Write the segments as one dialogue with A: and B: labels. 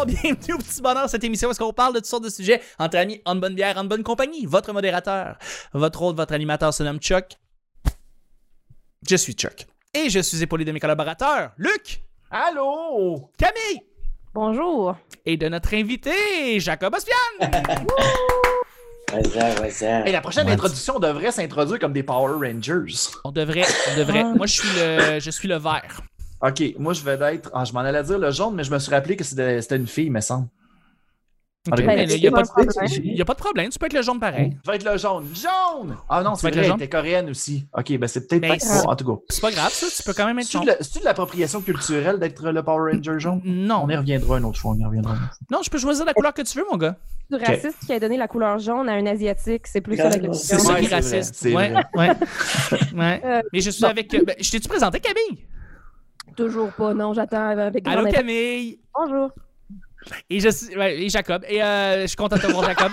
A: bienvenue au petit bonheur, cette émission où est-ce qu'on parle de toutes sortes de sujets entre amis, en bonne bière, en bonne compagnie. Votre modérateur, votre hôte, votre animateur se nomme Chuck. Je suis Chuck. Et je suis épaulé de mes collaborateurs, Luc,
B: Allô?
A: Camille
C: Bonjour.
A: et de notre invité, Jacob Ospian.
D: Vas-y, vas-y.
B: Et la prochaine
A: Ouais.
B: introduction devrait s'introduire comme des Power Rangers.
A: On devrait, on devrait.
C: Ah.
A: Moi, je suis le, je suis le vert.
B: Ok, moi je vais être. ah, je m'en allais dire le jaune, mais je me suis rappelé que c'était c'était une fille, me semble.
A: Ok,
B: Ben,
A: mais là, il n'y a,
C: c'est
A: pas
C: pas
A: de-
C: un problème.
A: il y a pas de problème, tu peux être le jaune pareil.
B: Je vais être le jaune. Jaune! Ah non,
A: vas
B: c'est
A: être le
B: vrai, elle
A: jaune?
B: était coréenne aussi. Ok, ben c'est peut-être
A: Mais
B: pas.
A: c'est-
B: bon, en tout cas.
A: C'est pas grave, ça, tu peux quand même être
B: C'est-tu de,
A: jaune.
B: la- c'est-tu de l'appropriation culturelle d'être le Power Ranger jaune?
A: Non,
B: On y reviendra une autre fois, on y reviendra. une autre fois.
A: non, je peux choisir la couleur que tu veux, mon gars.
C: Du raciste qui a donné la couleur jaune à un asiatique, c'est plus ça la question.
A: C'est ça
B: Ouais,
A: qui est
B: c'est
A: raciste.
B: vrai, c'est
A: ouais,
B: vrai.
A: ouais. ouais.
C: Euh,
A: Mais je suis
C: non.
A: avec. euh, ben, je t'ai-tu présenté, Camille?
C: Toujours pas, non, j'attends avec grand
A: Allô,
C: intérêt.
A: Camille!
C: Bonjour.
A: Et, je, suis- ouais, et Jacob. Et euh, je suis content de te voir, Jacob.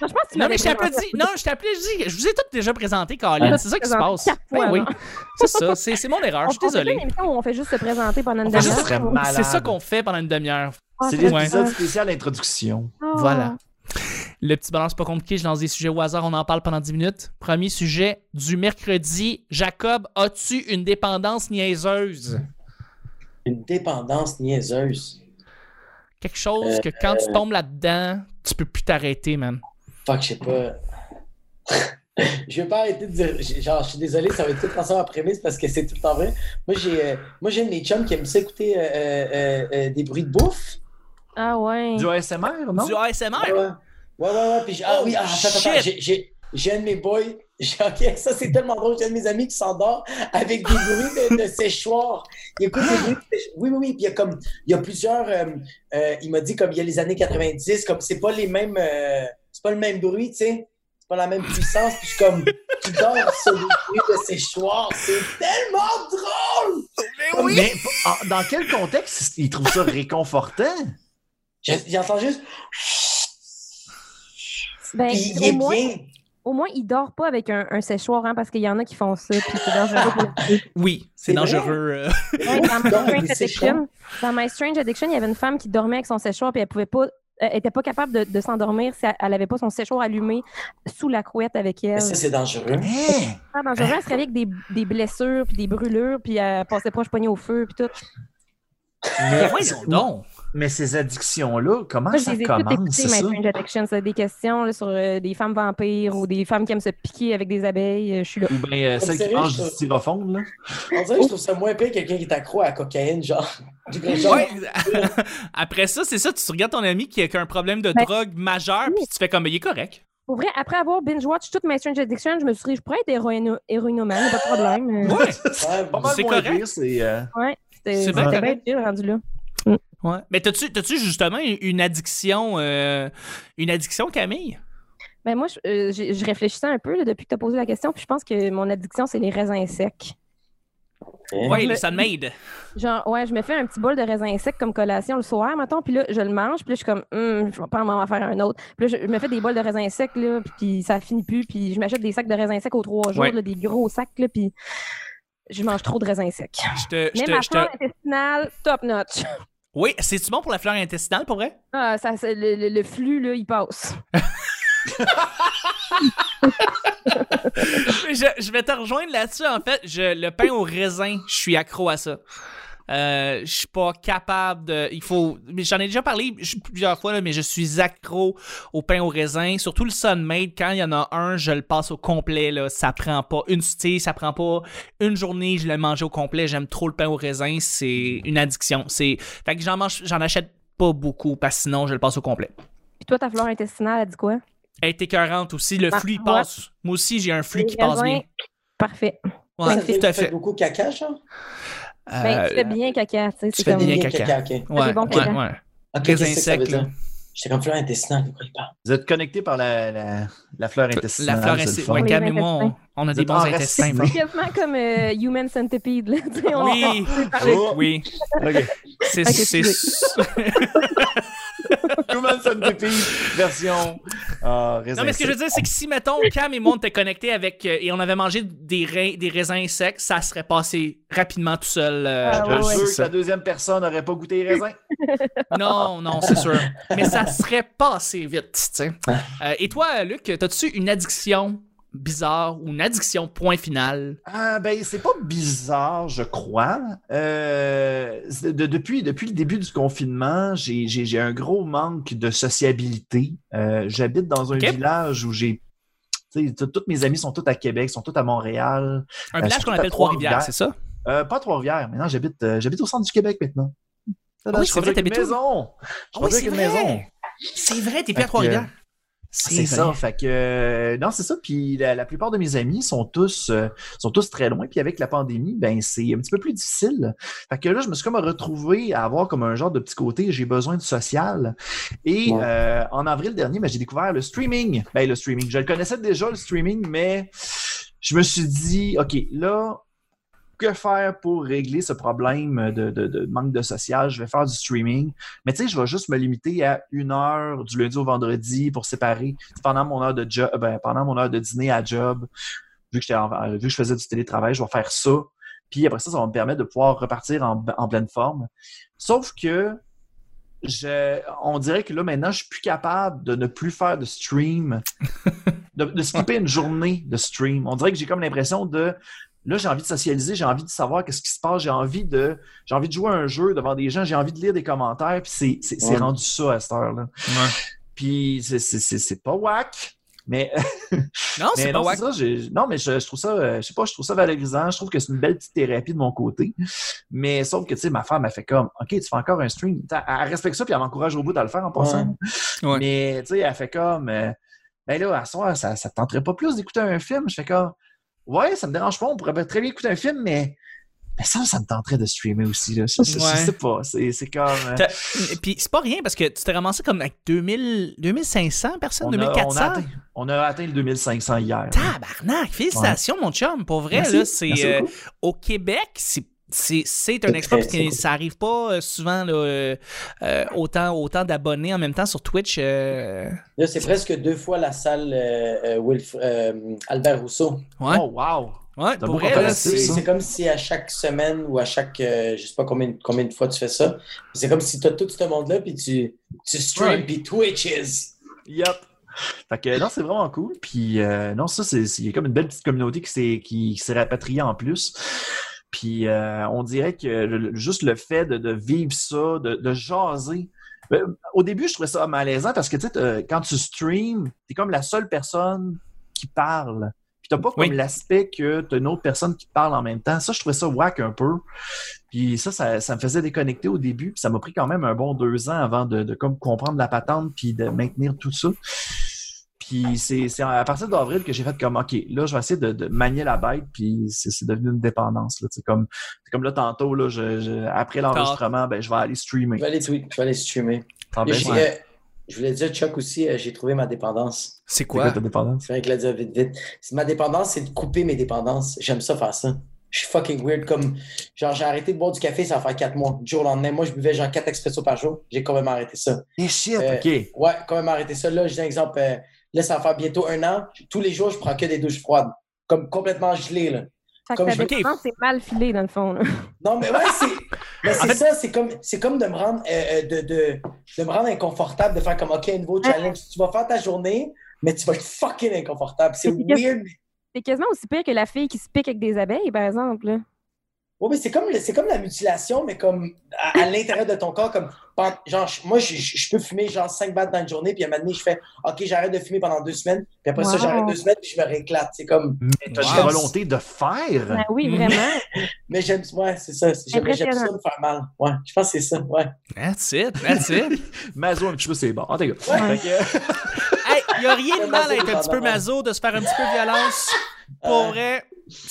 C: Non, je pense que tu
A: non,
C: m'avais
A: mais je t'applaudis.
C: présenté.
A: Non, je t'applaudis. Je vous ai toutes déjà présenté, Colin. C'est ça qui se
C: Présenté
A: passe.
C: quatre fois,
A: Ben oui.
C: non?
A: C'est ça. C'est c'est mon erreur.
C: On-
A: Je suis
C: on fait pas
A: désolé.
C: une émission où on fait juste se présenter pendant une
B: On fait juste
C: demi-heure.
B: se présenter.
C: Ah,
A: C'est ça qu'on fait pendant une demi-heure.
B: C'est
C: c'est
B: l'épisode
C: ça.
B: spécial introduction.
C: Ah.
A: Voilà. Le petit balance pas compliqué, je lance des sujets au hasard, on en parle pendant 10 minutes. Premier sujet du mercredi. Jacob, as-tu une dépendance niaiseuse?
D: Une dépendance niaiseuse.
A: Quelque chose que quand
B: Euh,
A: tu tombes là-dedans, tu peux plus t'arrêter, man.
D: Fuck, je sais pas. Je vais pas arrêter de dire. j'ai- Genre, je suis désolé, ça va être tout le temps en prémisse parce que c'est tout le temps vrai. Moi, j'ai euh, moi, j'ai un de mes chums qui aime ça écouter euh, euh, euh, des bruits de bouffe.
C: Ah ouais.
B: Du ASMR, non?
A: Du ASMR?
D: Ouais, ouais, ouais. ouais, Puis, j'ai- ah
A: Ah! Oh,
D: oui, ah, attends, attends,
A: shit!
D: j'ai- j'ai- J'ai un de mes boys. j'ai- ok, ça, c'est tellement drôle. J'ai un de mes amis qui s'endort avec des bruits de, de séchoir. Il écoute des bruits de séchoir. Oui, oui, oui. Puis, il y a comme. Il y a plusieurs. euh, euh, il m'a dit, comme il y a les années 90, comme c'est pas les mêmes. euh, c'est pas le même bruit, tu sais. C'est pas la même puissance. Puis, je suis comme. Tu dors sur des bruits de séchoir. C'est tellement drôle!
A: Ben
B: Mais ah, dans quel contexte ils trouvent ça réconfortant?
D: Je- J'entends juste.
C: Ben,
D: Puis, il
C: au,
D: est
C: moins,
D: bien.
C: au moins, il dort pas avec un, un séchoir, hein, parce qu'il y en a qui font ça, puis c'est dangereux pour le pied.
A: Oui, c'est
D: C'est vrai?
A: dangereux. euh.
C: Ouais, dans, My
D: Il dort avec
C: Strange
D: des séchoirs.
C: Addiction, dans My Strange Addiction, il y avait une femme qui dormait avec son séchoir, puis elle pouvait pas, euh, elle était pas capable de, de s'endormir si elle- elle avait pas son séchoir allumé sous la couette avec elle.
D: Mais ça, c'est dangereux.
B: Hein?
C: Ah, dans un elle se réveillait avec des, des blessures, puis des brûlures, puis elle passait proche poignée au feu, puis tout.
A: Mais Ben, voyons donc.
B: Mais ces addictions-là, comment
C: Moi, je
B: Ah, ça
C: les ai toutes
B: commence,
C: écoutées,
B: c'est
C: My
B: ça?
C: Strange Addiction. C'est des questions là, sur euh, des femmes vampires ou des femmes qui aiment se piquer avec des abeilles. euh, Je suis là.
B: Ou bien euh,
D: Comme
B: celle qui
D: sérieux,
B: mange
D: je-
B: du styrofoam, là?
D: On dirait que je trouve ça moins pire que quelqu'un qui est accro à la cocaïne, genre. Du gros genre.
A: Ouais. Après ça, c'est ça, tu regardes ton ami qui a qu'un problème de
C: Ben,
A: drogue majeur,
C: oui.
A: puis tu fais comme, mais il est correct.
C: Pour vrai, après avoir binge-watch toute My Strange Addiction, je me suis dit, je pourrais être héroïno- héroïnomane, pas de problème. Euh,
A: Ouais.
D: Ouais, bon.
B: Pas mal
A: C'est
B: moins
A: correct.
B: pire, c'est... euh,
C: C'était
A: c'est bien
C: c'était
A: correct.
C: bien chill rendu là.
A: ouais. Mais t'as-tu t'as-tu justement une- une addiction, euh, une addiction, Camille?
C: Ben moi, je, euh, j'ai- je réfléchissais un peu là, depuis que tu as posé la question, puis je pense que mon addiction, c'est les raisins secs.
A: Ouais,
C: Mais-
A: le sunmade.
C: Genre, ouais, je me fais un petit bol de raisins secs comme collation le soir, mettons, puis là, je le mange, puis là, je suis comme, Hum, je vais pas m'en faire un autre. Puis là, je me fais des bols de raisins secs, là, puis ça finit plus, puis je m'achète des sacs de raisins secs aux trois jours,
A: Ouais.
C: là, des gros sacs, là, puis je mange trop de raisins secs.
A: Je te- je
C: Mais
A: te-
C: ma
A: je te-
C: flore intestinale, top notch.
A: Oui, c'est-tu bon pour la fleur intestinale, pour vrai?
C: Ah, ça, c'est- le, le- le flux, là, il passe.
A: je, je vais te rejoindre là-dessus. En fait, je, le pain au raisin, je suis accro à ça. Euh, je suis pas capable de. Il faut. mais J'en ai déjà parlé je- plusieurs fois, là, mais je suis accro au pain au raisin. Surtout le Sunmade, quand il y en a un, je le passe au complet. Là. Ça prend pas une stille, ça prend pas une journée, je l'ai mangé au complet. J'aime trop le pain au raisin. C'est une addiction. C'est. Fait que j'en mange, j'en achète pas beaucoup parce que sinon je le passe au complet.
C: Puis toi, ta flore intestinale, elle dit quoi?
A: Elle est écœurante aussi. Le
C: Ah,
A: flux il
C: ouais.
A: passe. Moi aussi, j'ai un flux qui
C: Les
A: passe
C: raisins,
A: bien.
C: Parfait.
A: Ouais,
D: Ça
A: tout à fait.
D: beaucoup caca, genre?
C: Ben,
A: Euh,
C: tu fais bien caca, tu sais,
A: tu
C: c'est
A: fais
C: comme...
A: bien.
D: Des
A: caca.
D: ok. Ok,
A: Ouais,
C: des bons
A: ouais,
C: caca.
A: ouais.
D: qu'est-ce
A: Des
D: que ça veut
A: insectes, là.
D: dire? J'étais comme fleur intestinale, de quoi il parle?
B: Vous êtes connecté par la, la, la fleur
A: La
B: intestinale.
A: fleur
B: c'est le
A: intestinale.
B: fun.
A: Ouais,
C: Les
A: Cam et moi, on,
C: intestins.
A: on a
B: Vous
A: des
B: êtes
A: bons
B: en
A: intestins.
B: raciste.
A: ouais.
C: Quasiment comme euh, Human Centipede, là, tu sais, on-
A: Oui,
C: on-
A: oui,
B: Ok.
A: c'est
C: Ok,
A: c'est-
C: excusez.
B: Human Centipede version euh, raisin
A: Non, mais ce que je veux dire, c'est que si, mettons, Cam et moi, on était connectés avec. euh, et on avait mangé des, rains- des raisins secs, ça serait passé rapidement tout seul. euh,
C: Ah
B: Je
C: ouais,
B: suis
C: ouais.
B: sûr que la deuxième personne n'aurait pas goûté les raisins.
A: Non, non, c'est sûr. Mais ça serait passé vite, tu sais.
B: Ah.
A: Euh, et toi, Luc, t'as-tu une addiction bizarre ou une addiction point final?
B: Ah, ben, c'est pas bizarre, je crois. Euh, c'est de- depuis, depuis le début du confinement, j'ai- j'ai j'ai un gros manque de sociabilité. Euh, J'habite dans un
A: Ok.
B: village où j'ai. tu sais, tout- Toutes mes amis sont toutes à Québec, sont toutes à Montréal.
A: Un
B: Euh,
A: village
B: surtout
A: qu'on
B: à
A: appelle Trois-Rivières,
B: Trois-Rivières.
A: c'est ça?
B: Euh, pas à Trois-Rivières, maintenant j'habite euh, j'habite au centre du Québec maintenant.
A: Ah oui,
B: je
A: c'est vrai,
B: avec une
A: t'habites où?
B: maison.
A: Ah
B: Je
A: oui,
B: suis rendu avec
A: c'est
B: une
A: vrai.
B: maison.
A: C'est vrai, t'es plus
B: Fait
A: à
B: que- euh,
A: Trois-Rivières.
B: C'est ça, fait que euh, non, c'est ça. Puis la, la plupart de mes amis sont tous euh, sont tous très loin. Puis avec la pandémie, ben c'est un petit peu plus difficile. Fait que là, je me suis comme retrouvé à avoir comme un genre de petit côté. J'ai besoin de social. Et
D: Ouais.
B: euh, en avril dernier, ben, j'ai découvert le streaming. Ben le streaming, je le connaissais déjà le streaming, mais je me suis dit, ok, là, que faire pour régler ce problème de, de- de manque de social? Je vais faire du streaming. Mais tu sais, je vais juste me limiter à une heure du lundi au vendredi pour séparer pendant mon heure de job, ben, pendant mon heure de dîner à job. Vu que, j'étais en- euh, vu que je faisais du télétravail, je vais faire ça. Puis après ça, ça va me permettre de pouvoir repartir en, en pleine forme. Sauf que je, on dirait que là, maintenant, je suis plus capable de ne plus faire de stream, de, de skipper une journée de stream. On dirait que j'ai comme l'impression de là, j'ai envie de socialiser, j'ai envie de savoir qu'est-ce qui se passe, j'ai envie de j'ai envie de jouer à un jeu devant des gens, j'ai envie de lire des commentaires, puis c'est- c'est c'est
D: Ouais.
B: rendu ça à cette heure-là. Puis c'est- c'est c'est- c'est pas whack, mais
A: Non, c'est
B: mais
A: pas
B: non,
A: wack.
B: c'est ça, j'ai- non, mais je, je trouve ça, euh, je sais pas, je trouve ça valorisant. Je trouve que c'est une belle petite thérapie de mon côté. Mais sauf que, tu sais, ma femme, elle fait comme, OK, tu fais encore un stream. T'as- Elle respecte ça, puis elle m'encourage au bout de le faire en passant.
A: Ouais. Ouais.
B: Mais, tu sais, elle fait comme, euh, ben là, à soir, ça, ça te tenterait pas plus d'écouter un film. Je fais comme, ouais, ça me dérange pas, on pourrait très bien écouter un film, mais. mais ça, ça me tenterait de streamer aussi. Là. Je, je- je
A: Ouais.
B: sais pas. C'est c'est comme. euh,
A: T'as- Et Puis c'est pas rien parce que tu t'es ramassé comme avec 2000, 2500 personnes,
B: on, a, on,
A: 2400.
B: a atteint, on a atteint le 2500 hier.
A: Tabarnak! Félicitations, mon chum. Pour vrai,
B: Merci.
A: là, c'est.
B: Merci
A: euh,
B: beaucoup.
A: au Québec, c'est. C'est, c'est un
D: C'est
A: exploit
D: très,
A: parce que
D: c'est cool.
A: ça arrive pas euh, souvent là, euh, euh, autant, autant d'abonnés en même temps sur Twitch. euh,
D: Là, c'est presque deux fois la salle euh, euh, Wilf- euh, Albert Rousseau.
A: Ouais,
B: Oh, wow!
A: ouais
B: t'as
A: pour
B: beau
A: vrai,
B: comparatif,
A: là,
B: ça.
A: c'est,
D: C'est c'est comme si à chaque semaine ou à chaque, euh, je sais pas combien, combien de fois tu fais ça, c'est comme si tu as tout ce monde-là, puis tu, tu stream,
B: Ouais.
D: puis Twitches.
B: Yup. Fait que non, c'est vraiment cool. Puis euh, non, ça, c'est c'est- il y a comme une belle petite communauté qui s'est qui, qui s'est rapatriée en plus. Puis euh, on dirait que le- le- juste le fait de, de vivre ça, de, de jaser. Ben, Au début, je trouvais ça malaisant parce que tu sais, t'as- quand tu streams, t'es comme la seule personne qui parle. Puis t'as pas comme
A: Oui.
B: l'aspect que t'as une autre personne qui parle en même temps. Ça, je trouvais ça whack un peu. Puis ça, ça, ça me faisait déconnecter au début. Puis ça m'a pris quand même un bon deux ans avant de, de comme comprendre la patente puis de maintenir tout ça. Puis c'est c'est à partir d'avril que j'ai fait comme, OK, là, je vais essayer de, de manier la bête. Puis c'est c'est devenu une dépendance. Là. C'est comme, c'est comme là, tantôt, là, je, je- après l'enregistrement, ben, je vais aller streamer.
D: Je vais aller, tweet, je vais aller streamer.
B: T'en
D: Et
B: ben,
D: j'ai,
B: ouais.
D: euh, je voulais dire, Chuck aussi, euh, j'ai trouvé ma dépendance.
A: c'est
B: C'est quoi
A: quoi?
B: ta dépendance?
D: C'est vrai qu'il a dit vite, vite. C'est- Ma dépendance, c'est de couper mes dépendances. J'aime ça faire ça. Je suis fucking weird. Comme, genre, j'ai arrêté de boire du café, ça va faire quatre mois. Du jour au lendemain, moi, je buvais genre quatre expresso par jour. J'ai quand même arrêté ça.
B: Et shit,
D: Euh,
B: OK.
D: Ouais, quand même arrêter ça. Là, j'ai un exemple. euh, là, ça va faire bientôt un an. Tous les jours, je prends que des douches froides. Comme complètement gelé, là.
C: Fait que
D: Comme
C: ta
D: je-
A: ok.
C: dépendance, c'est mal filé, dans le fond. là.
D: Non, mais ouais, c'est. mais c'est
A: En fait-
D: ça, c'est comme, c'est comme de me rendre euh, euh, de, de, de me rendre inconfortable, de faire comme OK, un nouveau challenge. Tu vas faire ta journée, mais tu vas être fucking inconfortable. C'est
C: Mais c'est-
D: weird.
C: C'est quasiment aussi pire que la fille qui se pique avec des abeilles, par exemple. là.
D: Oui, mais c'est comme, le- c'est comme la mutilation, mais comme à, à l'intérieur de ton corps. Comme, pen- genre, je- moi, je, je- je peux fumer genre 5 battes dans une journée, puis à un moment donné, je fais OK, j'arrête de fumer pendant deux semaines, puis après ça,
C: Wow.
D: j'arrête deux semaines, puis je me rééclate. C'est comme.
B: Mais t'as
A: Wow.
B: la volonté de faire.
C: Ben oui,
A: Mm.
C: vraiment.
D: Mais j'aime ouais, c'est ça. c'est- J'aime j'aime ça
C: Impressionnant.
D: me faire mal. Ouais, je pense que c'est ça. Ouais.
A: That's it, that's it.
B: Mazo un petit peu, c'est bon. En tout cas.
D: Ouais.
B: Fait que-
A: hey, y a rien de mal à être un petit peu
D: Maso,
A: maso, de se faire un petit peu de violence. Pour
D: Euh,
A: vrai,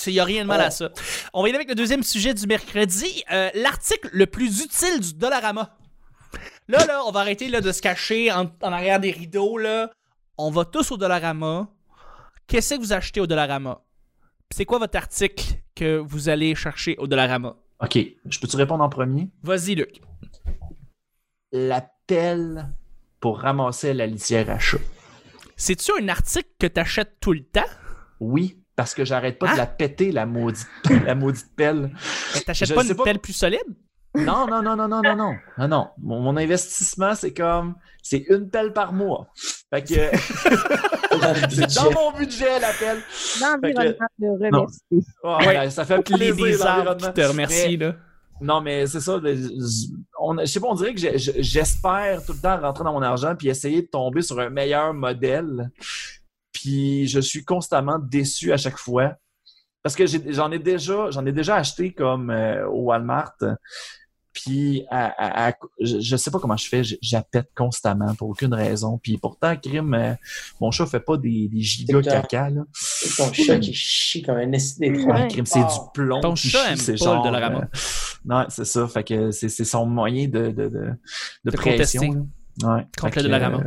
A: il n'y a rien de mal à ça. On va y aller avec le deuxième sujet du mercredi, euh, l'article le plus utile du Dollarama. Là, là, on va arrêter là, de se cacher en, en arrière des rideaux. Là. On va tous au Dollarama. Qu'est-ce que vous achetez au Dollarama? Puis C'est quoi votre article que vous allez chercher au Dollarama?
B: OK. Je peux-tu répondre en premier?
A: Vas-y, Luc.
B: L'appel pour ramasser la litière à chat.
A: C'est-tu un article que t'achètes tout le temps?
B: Oui, parce que j'arrête pas
A: Hein?
B: de la péter, la maudite, la maudite pelle.
A: T'achètes
B: Je
A: pas
B: sais
A: une
B: pas.
A: pelle plus solide?
B: Non, non, non, non, non, non, non. Non, non. Mon, mon investissement, c'est comme. C'est une pelle par mois. Fait que. c'est dans mon budget, la pelle.
C: L'environnement de
B: Non.
C: remercier.
B: Oh,
A: Ouais.
B: ben, ça fait
A: Les
B: plaisir.
A: des arbres
B: l'environnement.
A: qui te remercient, là.
B: Non, mais c'est ça. le- z- on- je sais pas, on dirait que j'ai- je- j'espère tout le temps rentrer dans mon argent puis essayer de tomber sur un meilleur modèle. Puis je suis constamment déçu à chaque fois. Parce que j'ai- j'en ai déjà, j'en ai déjà acheté comme euh, au Walmart. Puis à- à- à- je, je sais pas comment je fais, j- j'appète constamment pour aucune raison. Puis pourtant, crime, euh, mon chat fait pas des, des gigas de
D: Docteur.
B: caca. Là.
D: Ton chat qui chie comme un esti des
B: Ah,
C: Ouais.
B: crime, c'est
D: Oh.
B: du plomb.
A: Ton
B: qui
A: chat
B: chie,
A: aime
B: c'est
A: pas
B: genre,
A: le Dollarama.
B: euh, non, c'est ça. Fait que c'est c'est son moyen de, de, de, de
A: De
B: pression.
A: contester.
B: là. Ouais.
A: Contre
B: Fait
A: le
B: que,
A: Dollarama.
B: euh,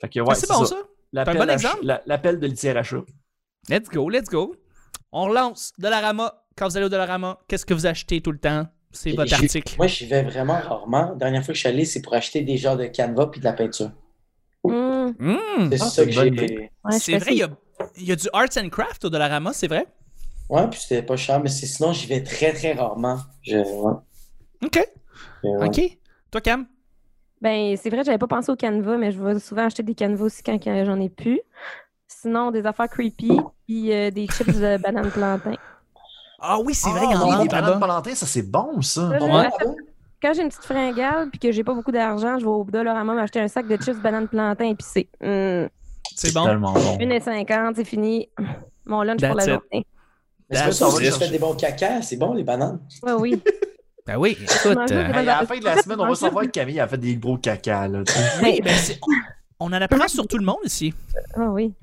B: fait que, ouais,
A: Ah, c'est bon, ça.
B: L'appel
A: un bon
B: à-
A: exemple.
B: la- L'appel de litière à chat.
A: Let's go, let's go. On relance Dollarama. Quand vous allez au Dollarama, qu'est-ce que vous achetez tout le temps? C'est votre
D: Je-
A: article.
D: Moi, j'y vais vraiment rarement. Dernière fois que je suis allé, c'est pour acheter des genres de canevas puis de la peinture.
A: Oh.
C: Hum,
A: Hmm.
D: C'est
B: Ah, c'est
D: ça que
B: une bonne
D: j'ai.
C: ouais, je
A: c'est
C: fais
A: vrai, il y, a, il y a du arts and craft au Dollarama, c'est vrai?
D: Ouais, puis c'était pas cher, mais c'est- sinon, j'y vais très, très rarement. Je... ouais.
A: OK.
D: Mais ouais.
A: OK. Toi, Cam?
C: Ben, c'est vrai, j'avais pas pensé au canevas, mais je vais souvent acheter des canevas aussi quand que j'en ai plus. Sinon, des affaires creepy, puis euh, des chips de banane plantain.
A: Ah oui, c'est
B: Ah,
A: vrai, il y en
B: oui,
A: a
B: les bananes
A: là-bas.
B: palantins, ça c'est bon, ça.
C: Ça, je-
A: Ouais.
C: Quand j'ai une petite fringale puis que j'ai pas beaucoup d'argent, je vais au Dollarama m'acheter un sac de chips banane plantain épicé. Hum,
A: C'est bon.
B: tellement bon.
C: Une et cinquante, c'est fini. Mon lunch pour la
A: That's it.
C: journée.
D: Mais c'est
A: That's
D: pas ça,
B: on va
D: tu fais
B: chercher.
D: des bons caca, c'est bon, les bananes.
C: Ouais, Ah oui.
A: Ben oui, écoute. euh,
B: Hey, à la fin de la semaine, on va savoir que Camille a fait des gros caca. Là, tu sais.
A: oui, ben c'est- on en apprend sur tout le monde ici.
C: Ah oui.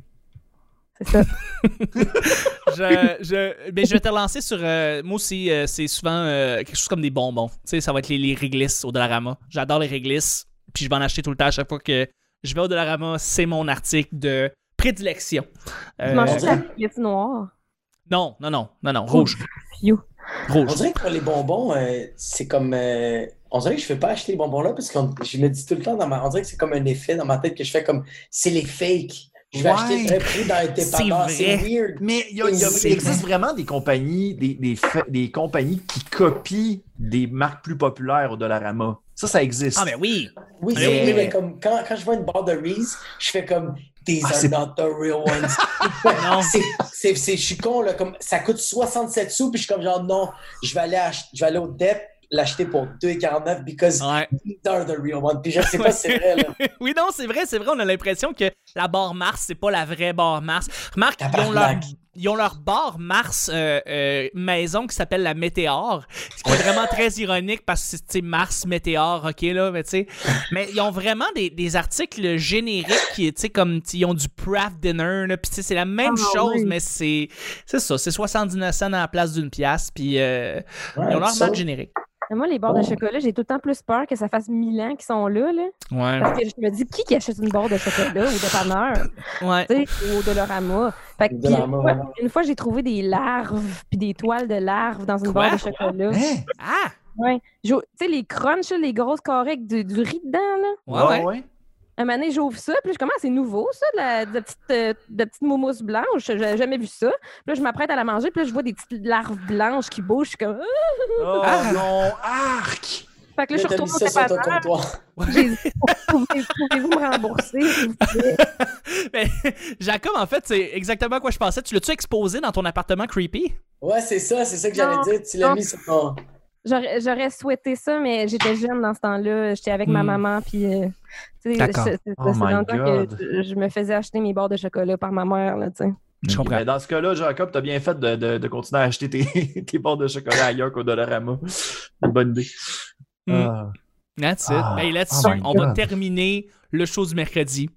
C: C'est ça.
A: je, je, ben, je vais te relancer sur. euh, moi aussi, euh, c'est souvent euh, quelque chose comme des bonbons. Tu sais, ça va être les, les réglisses au Dollarama. J'adore les réglisses. Puis je vais en acheter tout le temps à chaque fois que je vais au Dollarama. C'est mon article de prédilection. Euh,
C: Tu manges ça pièce noire.
A: non, non, non, non, non, rouge.
C: You.
D: On
A: Rouge.
D: dirait que pour les bonbons, euh, c'est comme. euh, on dirait que je ne peux pas acheter les bonbons-là parce que je me dis tout le temps, dans ma, on dirait que c'est comme un effet dans ma tête que je fais comme c'est les fakes. Je vais
B: Ouais.
D: acheter le vrai prix dans un dépanneur.
A: C'est
D: C'est
A: vrai.
D: weird.
B: Mais il, y a- il y a- il existe vraiment des compagnies, des, des, fa- des compagnies qui copient des marques plus populaires au Dollarama. Ça, ça existe.
A: Ah, ben oui.
D: Oui,
A: Ah,
D: c'est
A: oui,
D: vrai,
A: oui.
D: mais comme quand, quand je vois une barre de Reese, je fais comme These
B: Ah,
D: are
B: c'est-
D: not the real ones.
A: Non.
D: C'est- c'est- c'est- Je suis con, là, comme, ça coûte 67 sous, puis je suis comme genre non, je vais aller, ach- je vais aller au DEP l'acheter pour 2,49 because
A: Ouais.
D: these are the real ones. Puis je sais pas si c'est vrai. Là.
A: Oui, non, c'est vrai, c'est vrai. On a l'impression que la barre Mars, c'est pas la vraie barre Mars. Remarque, ils ont leur,
D: Tabarnak.
A: ils ont leur barre Mars euh, euh, maison qui s'appelle la Météore. Ce qui est vraiment très ironique parce que c'est tu sais, Mars, Météore, ok, là, mais tu sais. Mais ils ont vraiment des, des articles génériques qui, tu sais, comme, tu- ils ont du Praft Dinner, là, puis tu sais, c'est la même
C: Ah,
A: chose,
C: oui.
A: mais c'est c'est ça, c'est 79 cents à la place d'une pièce, puis euh, ils ont leur
D: Ça,
A: marque générique.
C: Mais Moi, les barres de
D: Oh.
C: chocolat, j'ai tout le temps plus peur que ça fasse mille ans qu'ils sont là, là.
A: Ouais,
C: Parce que je me dis, qui qui achète une barre de chocolat au dépanneur?
A: ouais.
C: tu sais, au Dolorama. Fait que, puis
D: Au
C: une
D: Dollarama,
C: fois, une fois, j'ai trouvé des larves, puis des toiles de larves dans une
A: Quoi?
C: barre de chocolat.
B: Hein?
A: Ah!
C: Ouais. J'ai- Tu sais, les crunchs, là, les grosses carrés avec du, du riz dedans, là.
A: Ouais, ouais.
C: Un moment donné, j'ouvre ça, puis là, je commence, c'est nouveau, ça, de la, de la petite, euh, de la petite moumouse blanche. J'avais jamais vu ça. Puis là, je m'apprête à la manger, puis là, je vois des petites larves blanches qui bougent. Je suis comme, Ah!
B: Oh
A: Ah.
B: non, arc!
C: Fait que là, je suis
D: t'as mis
C: retournée au
D: ça sur ton
C: dépanneur.
D: comptoir.
C: J'ai dit, Pouvez- pouvez-vous me rembourser? s'il vous plaît?
A: Mais Jacob, en fait, c'est exactement à quoi je pensais. Tu l'as-tu exposé dans ton appartement creepy?
D: Ouais, c'est ça, c'est ça que
C: Non,
D: j'allais dire. Tu l'as
C: non.
D: mis sur ton.
C: J'aurais j'aurais souhaité ça, mais j'étais jeune dans ce temps-là. J'étais avec ma
A: Hmm.
C: maman, puis. euh, tu sais,
A: D'accord.
C: c'est- c'est-
B: Oh
C: c'est
B: my
C: dans le temps
B: God.
C: que je- je me faisais acheter mes barres de chocolat par ma mère, là, tu sais.
A: Je comprends.
B: Ben, dans ce cas-là, Jacob, t'as bien fait de, de- de continuer à acheter tes, tes barres de chocolat ailleurs qu'au Dollarama. Une bonne idée.
A: Mm.
B: Ah.
A: That's it.
B: Ah,
A: Ben, là-dessus,
B: oh my
A: on va
B: God.
A: terminer le show du mercredi.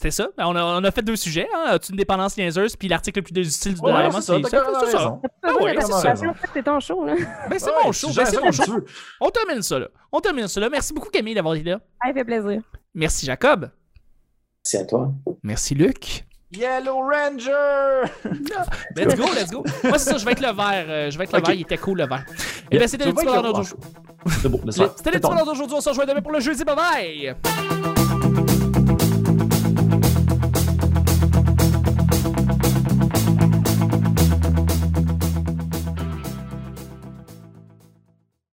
A: C'est ça? Ben, on, a, on a fait deux sujets. Hein? As-tu une dépendance niaiseuse? Puis l'article le plus désutile du
B: Ouais,
A: Dollarama,
B: c'est ça, t'as carrément
A: c'est ça.
B: raison.
C: Pas
A: ouais,
C: mal de
A: c'est
C: participation,
B: ça.
C: en fait, C'est ton show, là.
A: Ben, c'est
B: Ouais,
A: mon show.
B: tu
A: Ben,
B: gères
A: c'est
B: ça
A: mon
B: comme tu
A: show.
B: veux.
A: On termine ça, là. On termine ça, là. Merci beaucoup, Camille, d'avoir été là.
C: Ça fait plaisir.
A: Merci, Jacob.
D: C'est à toi.
A: Merci, Luc.
B: Yellow Ranger!
A: Let's go, let's go. Moi, c'est ça, je vais être le vert. euh, je vais être le
B: Ok.
A: vert. Il était cool, le vert. Et ben, c'était
B: Tu
A: le
B: vois
A: petit
B: qu'il y a-
A: bonheur d'aujourd'hui.
B: C'est beau, n'est-ce pas?
A: C'était
B: C'est
A: l'épisode
B: ton-
A: d'aujourd'hui. On se rejoint demain pour le jeudi. Bye bye!